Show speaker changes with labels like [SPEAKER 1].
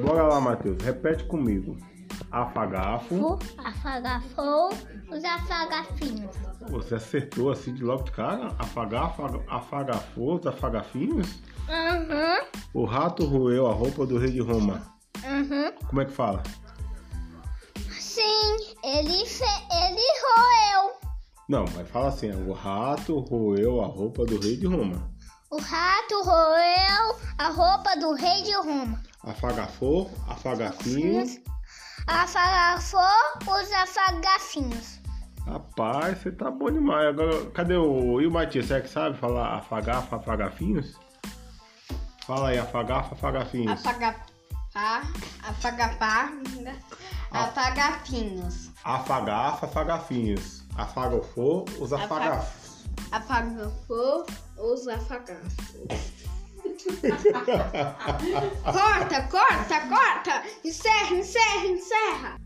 [SPEAKER 1] Bora lá, Matheus. Repete comigo. Afagafo.
[SPEAKER 2] Fu afagafou os afagafinhos.
[SPEAKER 1] Você acertou assim de logo de cara? Afagar, afaga- afagafou os afagafinhos?
[SPEAKER 2] Aham,
[SPEAKER 1] O rato roeu a roupa do rei de Roma.
[SPEAKER 2] aham.
[SPEAKER 1] Como é que fala?
[SPEAKER 2] Sim, ele, fe... ele roeu.
[SPEAKER 1] Não, mas fala assim. O rato roeu a roupa do rei de Roma.
[SPEAKER 2] O rato roeu a roupa do rei de Roma.
[SPEAKER 1] Afagafou, afagafinhos.
[SPEAKER 2] Afagafou os afagafinhos.
[SPEAKER 1] Rapaz, você tá bom demais. Agora, cadê o. E o Matias? Você é que sabe falar afagafa, afagafinhos? Fala aí, afagafa, afagafinhos.
[SPEAKER 3] Afagapá, afagapá, afagafinhos.
[SPEAKER 1] Afagafa, afagafinhos. Afagofô, os
[SPEAKER 3] Afa-
[SPEAKER 1] afagafos.
[SPEAKER 3] Afagafou os afagafos. corta, corta, corta! Encerra, encerra, encerra!